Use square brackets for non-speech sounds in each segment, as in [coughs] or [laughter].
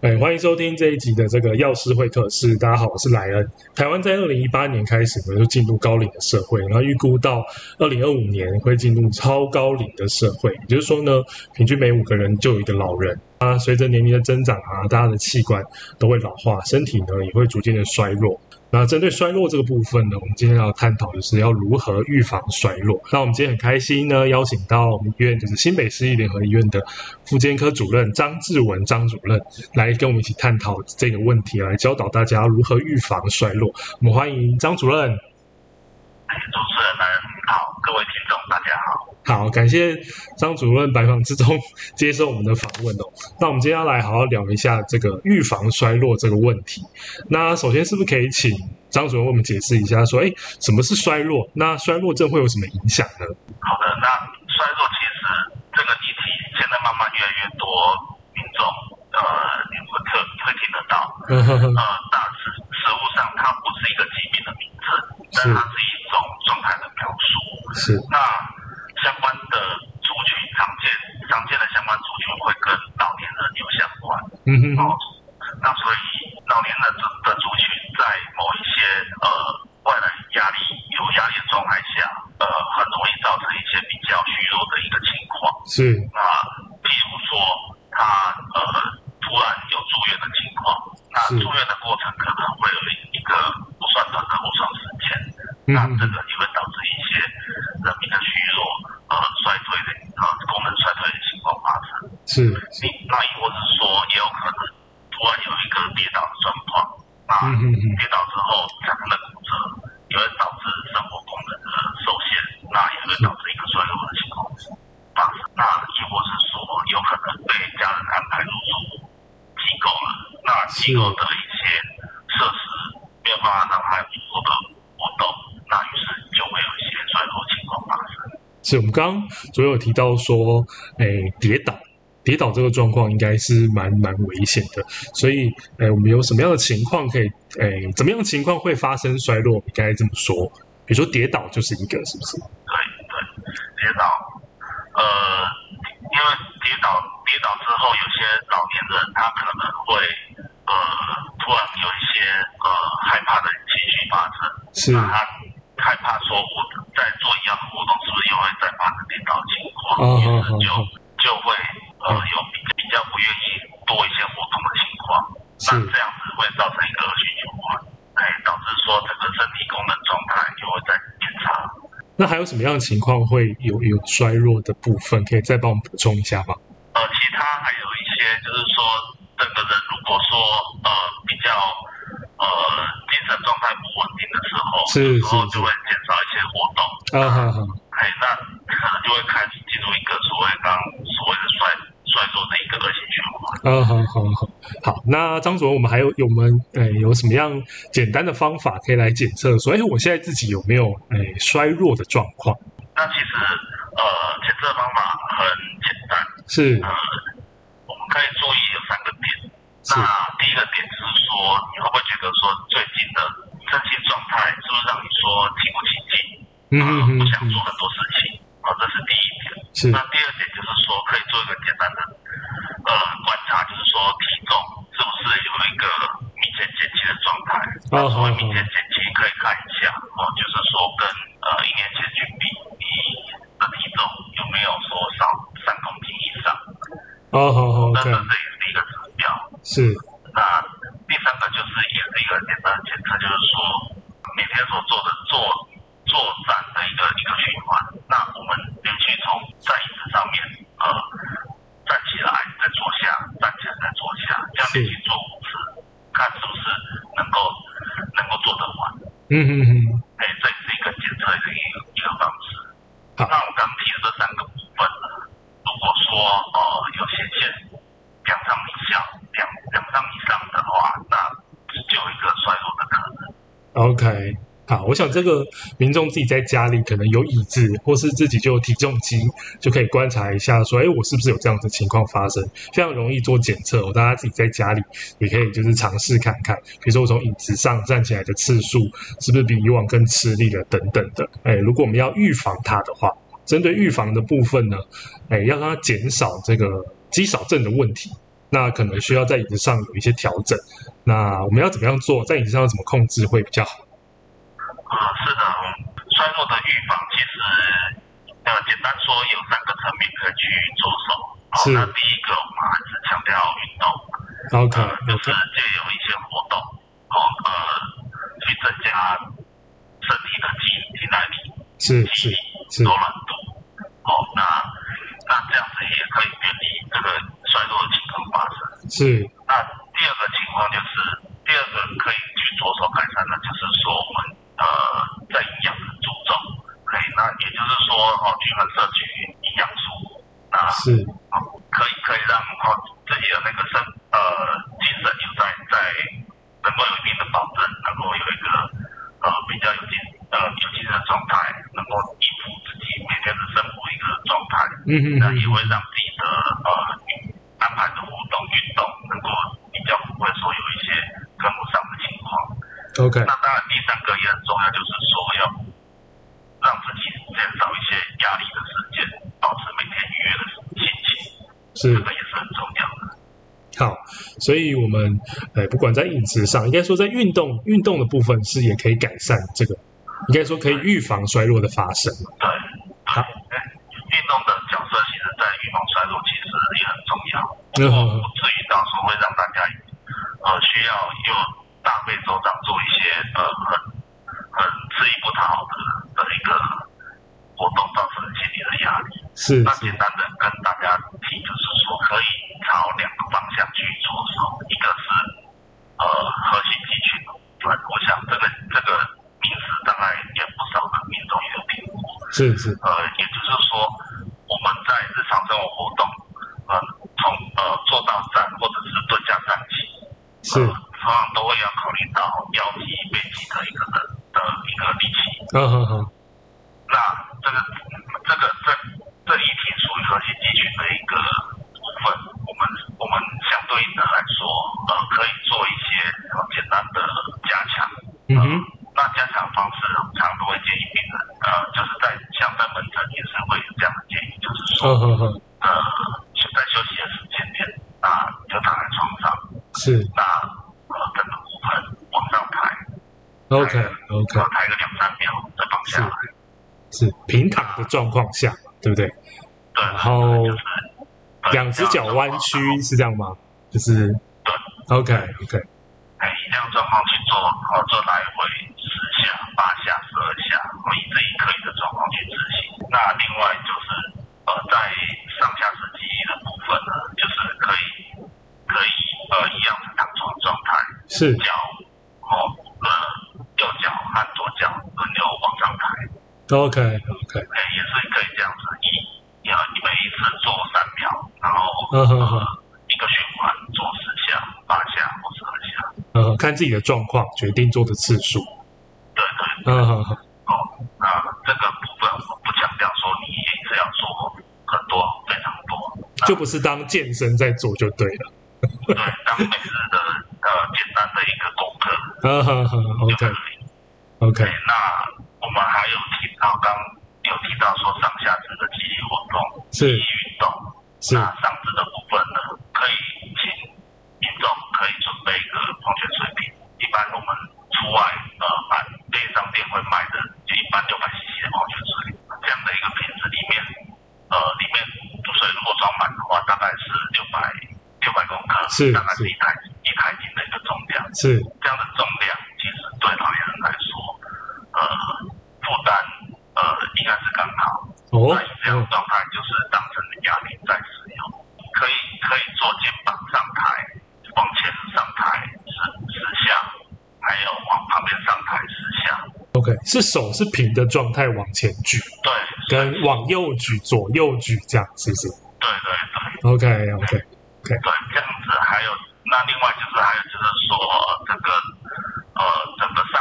哎，欢迎收听这一集的这个药师会客室。大家好，我是莱恩。台湾在二零一八年开始呢，就进入高龄的社会，然后预估到二零二五年会进入超高龄的社会，也就是说呢，平均每五个人就有一个老人啊。随着年龄的增长啊，大家的器官都会老化，身体呢也会逐渐的衰弱。那针对衰弱这个部分呢，我们今天要探讨就是要如何预防衰弱。那我们今天很开心呢，邀请到我们医院就是新北市立联合医院的妇健科主任张志文张主任来跟我们一起探讨这个问题，来教导大家如何预防衰弱。我们欢迎张主任。主持人好，各位听众大家好。好，感谢张主任百忙之中 [laughs] 接受我们的访问哦。那我们接下来好好聊一下这个预防衰弱这个问题。那首先是不是可以请张主任为我们解释一下，说，哎，什么是衰弱？那衰弱症会有什么影响呢？好的，那衰弱其实这个议题现在慢慢越来越多民众呃你会可会听得到。嗯呃，大致实物上它不是一个疾病的名字，但它是一种状态的描述。是那相关的族群常见常见的相关族群会跟老年人有相关。嗯哦哼，，那所以老年人的的族群在某一些呃外来压力有压力的状态下，呃，很容易造成一些比较虚弱的一个情况。是那譬如说他呃突然有住院的情况，那是住院的过程可能会有一个不算短的无双时间，嗯那这个也会导致一些人民的虚弱、呃衰退的呃功能衰退的情况发生。是你那或者是说，也有可能突然有一个跌倒的状况，那嗯哼哼跌倒之后产生的骨折，也会导致生活功能的受限，那也会导致一个衰弱的情况发生。那亦或是说，有可能被家人安排入住机构了，那机构的一些设施没有办法让他有足够的活动，那于是就会有一些衰弱情况发生。是。我们刚刚主任有提到说，哎，跌倒。跌倒这个状况应该是蛮蛮危险的，所以，哎，我们有什么样的情况可以，哎，怎么样的情况会发生衰落？我们应该这么说，比如说跌倒就是一个，是不是？对对，跌倒，呃，因为跌倒跌倒之后，有些老年人他可能会呃突然有一些呃害怕的情绪发生，是啊那他害怕说我在做一样的活动是不是又会再发生跌倒的情况，哦于好是好就好就会呃有比比较不愿意多一些活动的情况，是那这样子会造成一个恶性循环，哎，导致说整个身体功能状态就会在变差。那还有什么样的情况会有有衰弱的部分？可以再帮我们补充一下吗？呃，其他还有一些就是说，这个人如果说呃比较呃精神状态不稳定的时候，是有时候是就会减少一些活动，啊哈哈，哎，那可能就会开始进入一个所谓刚所谓的衰衰弱的一个恶性循环。啊好好好好。那张主任，我们还有有我们呃有什么样简单的方法可以来检测说，哎，我现在自己有没有诶、呃衰弱的状况？那其实呃检测方法很简单，是呃，我们可以注意有三个点。是那第一个点就是说，你会不会觉得说最近的身心状态是不是让你说提不起劲？嗯呃嗯不嗯想嗯做，很多事情，啊，这是第一点。是那第二点就是说，可以做一个简单的呃观察，就是说体重是不是有一个明显减轻的状态？哦那所谓好明显减轻，可以看一下哦、就是说跟呃一年前去比，你的体重有没有说少三公斤以上？哦好好那这对，这也是一个指标。是那第三个就是也是一个简单的检测，就是说每天所做的作作战的一个一个循环。那我们连续从在椅子上面呃站起来再坐下，站起来再坐下，这样连续做五次，看是不是能够能够做得完。嗯嗯嗯，哎，这也是一个检测的一个一个方式。好那我刚提的这三个部分，如果说呃有显现两张以下、两两张以上的话，那就有一个衰弱的可能。 OK，好，我想这个民众自己在家里可能有椅子，或是自己就有体重机，就可以观察一下，说，哎，我是不是有这样子的情况发生？非常容易做检测哦，大家自己在家里也可以就是尝试看看，比如说我从椅子上站起来的次数是不是比以往更吃力了等等的。哎，如果我们要预防它的话，针对预防的部分呢，哎，要让它减少这个肌少症的问题。那可能需要在饮食上有一些调整。那我们要怎么样做？在饮食上怎么控制会比较好？呃，是的，嗯衰弱的预防其实，呃，简单说有三个层面可以去着手。好、是那第一个我们还是强调运动， OK 呃，就 OK，是借由一些活动，好、呃，去增加身体的肌肌耐力、是是是柔软度。好、那那这样子也可以远离这个衰弱的情况发生。是那第二个情况就是，第二个可以去着手改善的，就是说我们呃在营养的注重，可以那也就是说哦，均衡摄取营养素，那是哦可以可以让哦自己的那个身呃精神有在在能够有一定的保证，能够有一个呃比较有精呃有精神的状态，能够应付自己每天的生活一个状态。嗯嗯那嗯也会让自己的呃安排的活动运动能够比较不会说有一些跟不上的情况。 ，OK 那当然，第三个也很重要，就是说要让自己减少一些压力的时间，保持每天愉悦的心情，是这个也是很重要的。好，所以我们呃，不管在饮食上，应该说在运动运动的部分是也可以改善这个，应该说可以预防衰弱的发生嘛。对，好对，哎运动的角色其实在预防衰弱其实也很重要，嗯好不至于到时候会让大家呃需要又大费周章做一些呃很很吃力不讨好的的一个活动，造成心理的压力。是那是简单的跟大家提就是说，可以朝两个方向去着手，一个是呃核心肌群，对，我想这个这个名词大概也不少的民众也有听过。是是呃，也就是说，我们在日常生活活动，呃，从呃坐到站或者是蹲下站起，是呃，哦通常都会要考虑到腰肌、背肌的一个的的一个力气。啊好好那这个这个这这一题属于核心肌群的一个部分，我们我们相对应的来说，呃，可以做一些呃简单的加强。嗯呃哼那家长方式，我们常常都会建议病人，呃，就是在像在门诊也是会有这样的建议，就是啊说，好好呃，休在休息的时间点，啊，就躺在床上，是那呃，整个骨盆往上抬， OK OK 然后抬个两三秒，再放下来，是平躺的状况下，对不对？对，然后就是对两只脚弯曲是这样吗？就是对， OK OK 哎，以这样状况去做，然后做来回十下、八下、十二下，然后以自己可以的状况去执行。那另外就是，呃，在上下肢记忆的部分呢，就是可以可以呃一样是躺床状态，是脚哦呃右脚和左脚轮流往上抬， OK OK 哎，也是可以这样子，一呃你每一次做三秒，然后啊好好呃一个循环做十下、八下或十二下，啊好看自己的状况决定做的次数。对对。啊好好哦，那这个部分我不强调说你一定是要做很多非常多，就不是当健身在做就对了。对，当每日的呃简单的一个功课啊好好就 OK 可以。 OK 对，那我们还有提到刚有提到说上下肢的肌力活动、肌是力运动，是那上肢的部分呢，可以请民众可以准备一个矿泉水瓶，一般我们出外呃买便利商店会卖的，就一般六百 CC 的矿泉水，这样的一个瓶子里面，呃，里面注水如果装满的话，大概是六百六百公克，是大概是是一台一台斤的一个重量，是这样的重量其实对老年人来说，呃，负担呃应该是刚好。哦那以这样的状态就是当成哑铃在使用，可以可以做肩膀上抬，往前上抬十十下，还有往旁边上抬十下， ，OK，是手是平的状态往前举，对，跟往右举、左右举这样，是不是对对对？OK OK 对，这样子还有那另外就是还有就是说呃整个呃整个上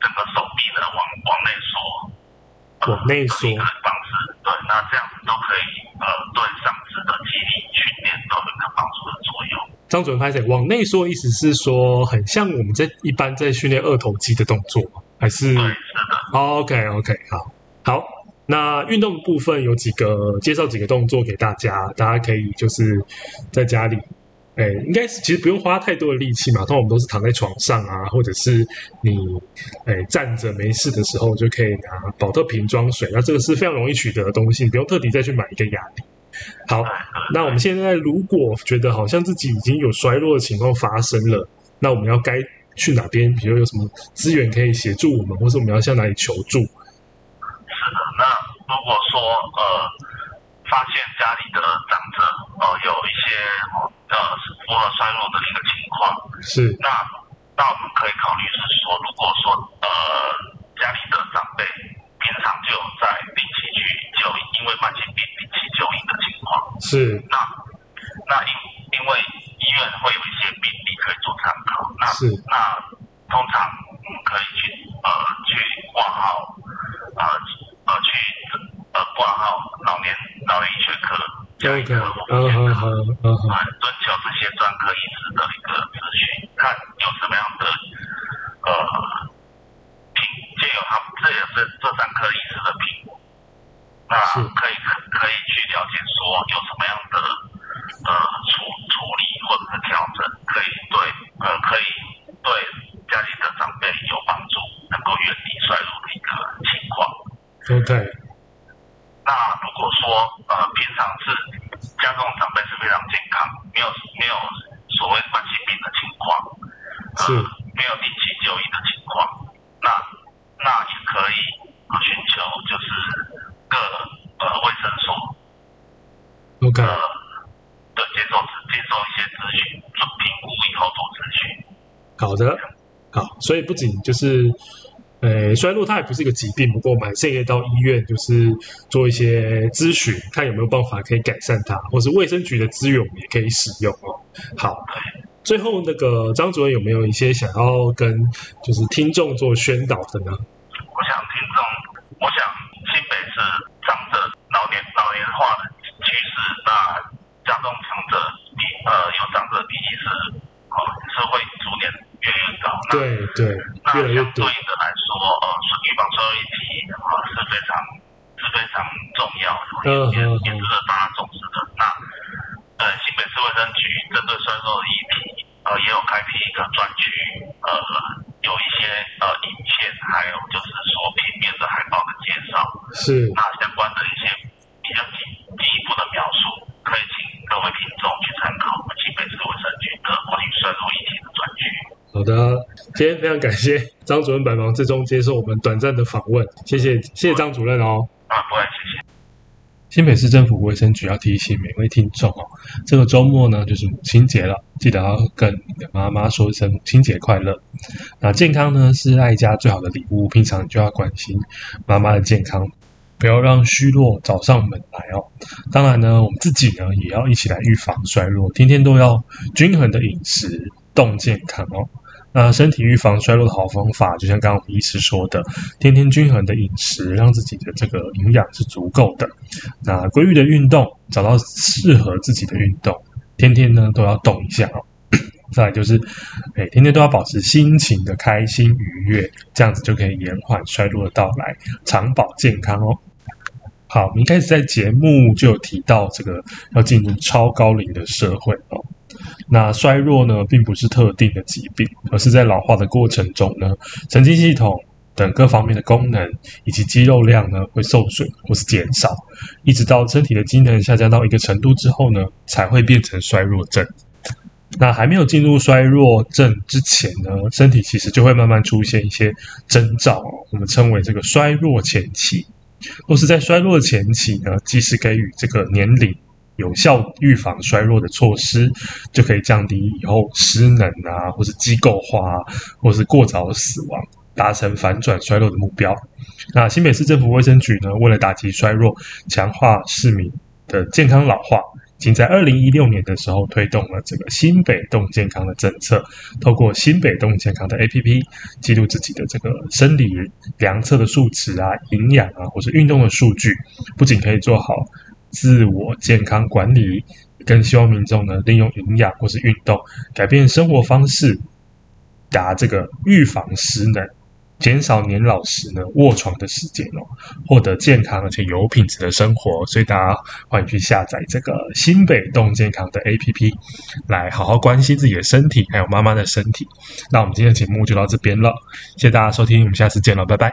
整个手臂呢往往内缩，往内缩一个方式，对，那这样子都可以呃对上肢的肌力训练都有一个帮助的作用。张主任拍谁？往内缩，意思是说很像我们在一般在训练二头肌的动作吗？还是、对，是的。哦、OK OK 好好。那运动部分有几个介绍几个动作给大家，大家可以就是在家里哎，应该是其实不用花太多的力气嘛，通常我们都是躺在床上啊，或者是你哎站着没事的时候就可以拿保特瓶装水，那这个是非常容易取得的东西，你不用特地再去买一个哑铃。好，那我们现在如果觉得好像自己已经有衰落的情况发生了，那我们要该去哪边？比如有什么资源可以协助我们，或是我们要向哪里求助？是的，那如果说呃发现家里的长者呃有一些呃符合衰弱的一个情况，是那那我们可以考虑是说，如果说呃家里的长辈平常就有在定期去就医，因为慢性病定期就医的情况，是那那因因为医院会有一些病例可以做参考，那是那通常我们可以去呃去挂号，呃呃去呃挂号老年老年医学科、家医，OK，科、嗯妇哼产科。哼嗯哼，啊，遵求这些专科医师的一个咨询，看有什么样的呃评，借由他们这也是这三科医师的评估，那是可以可以去了解说有什么样的呃处处理或者是调整，可以对呃可以对家里的长辈有帮助，能够远离衰弱的一个情况。 OK，那如果说呃平常是家中长辈是非常健康，没有没有所谓慢性病的情况，呃是没有定期就医的情况，那那也可以呃寻求就是各呃卫生所 OK，呃对接受接受一些咨询，做评估以后做咨询。好的，好，所以不仅就是，呃，衰弱它也不是一个疾病，不过我们还是可以到医院，就是做一些咨询，看有没有办法可以改善它，或是卫生局的资源我们也可以使用哦。好，最后那个张主任有没有一些想要跟就是听众做宣导的呢？我想听众，我想新北市长者老年老年化的趋势，那家中长者比呃有长者比例是哦是会逐年越来越高，对对，越那来那越相多，对应的来说，呃预防衰弱议题啊是非常是非常重要的，嗯呃也嗯也嗯值得大家重视的。那呃新北市卫生局针对衰弱的议题，呃也有开辟一个专区，呃有一些呃影片，还有就是说平面的海报的介绍，是那相关的一些比较进进一步的描述，可以请各位听众去参考我们新北市卫生局的关于衰弱议题的专区。好的，今天非常感谢张主任百忙之中接受我们短暂的访问，谢谢谢谢张主任哦。啊，不会，谢谢。新北市政府卫生局要提醒每位听众哦，这个周末呢就是母亲节了，记得要跟你的妈妈说一声母亲节快乐。那健康呢是爱家最好的礼物，平常你就要关心妈妈的健康，不要让虚弱找上门来哦。当然呢，我们自己呢也要一起来预防衰弱，天天都要均衡的饮食，动健康哦。那身体预防衰弱的好方法，就像刚刚我们医师说的，天天均衡的饮食，让自己的这个营养是足够的。那规律的运动，找到适合自己的运动，天天呢都要动一下哦。 [coughs] 再来就是，哎，天天都要保持心情的开心愉悦，这样子就可以延缓衰弱的到来，长保健康哦。好，我们一开始在节目就有提到这个要进入超高龄的社会哦。那衰弱呢，并不是特定的疾病，而是在老化的过程中呢，神经系统等各方面的功能以及肌肉量呢会受损或是减少。一直到身体的机能下降到一个程度之后呢，才会变成衰弱症。那还没有进入衰弱症之前呢，身体其实就会慢慢出现一些征兆哦，我们称为这个衰弱前期，或是在衰弱前期呢，及时给予这个年龄有效预防衰弱的措施，就可以降低以后失能啊，或是机构化、啊，或是过早死亡，达成反转衰弱的目标。那新北市政府卫生局呢，为了打击衰弱，强化市民的健康老化，已经在二零一六年的时候推动了这个新北动健康的政策，透过新北动健康的 APP 记录自己的这个生理量测的数值啊、营养啊，或是运动的数据，不仅可以做好自我健康管理，更希望民众呢利用营养或是运动改变生活方式，达这个预防失能。减少年老时呢卧床的时间哦，获得健康而且有品质的生活。所以大家欢迎去下载这个新北动健康的 APP，来好好关心自己的身体，还有妈妈的身体。那我们今天的节目就到这边了，谢谢大家收听，我们下次见了，拜拜。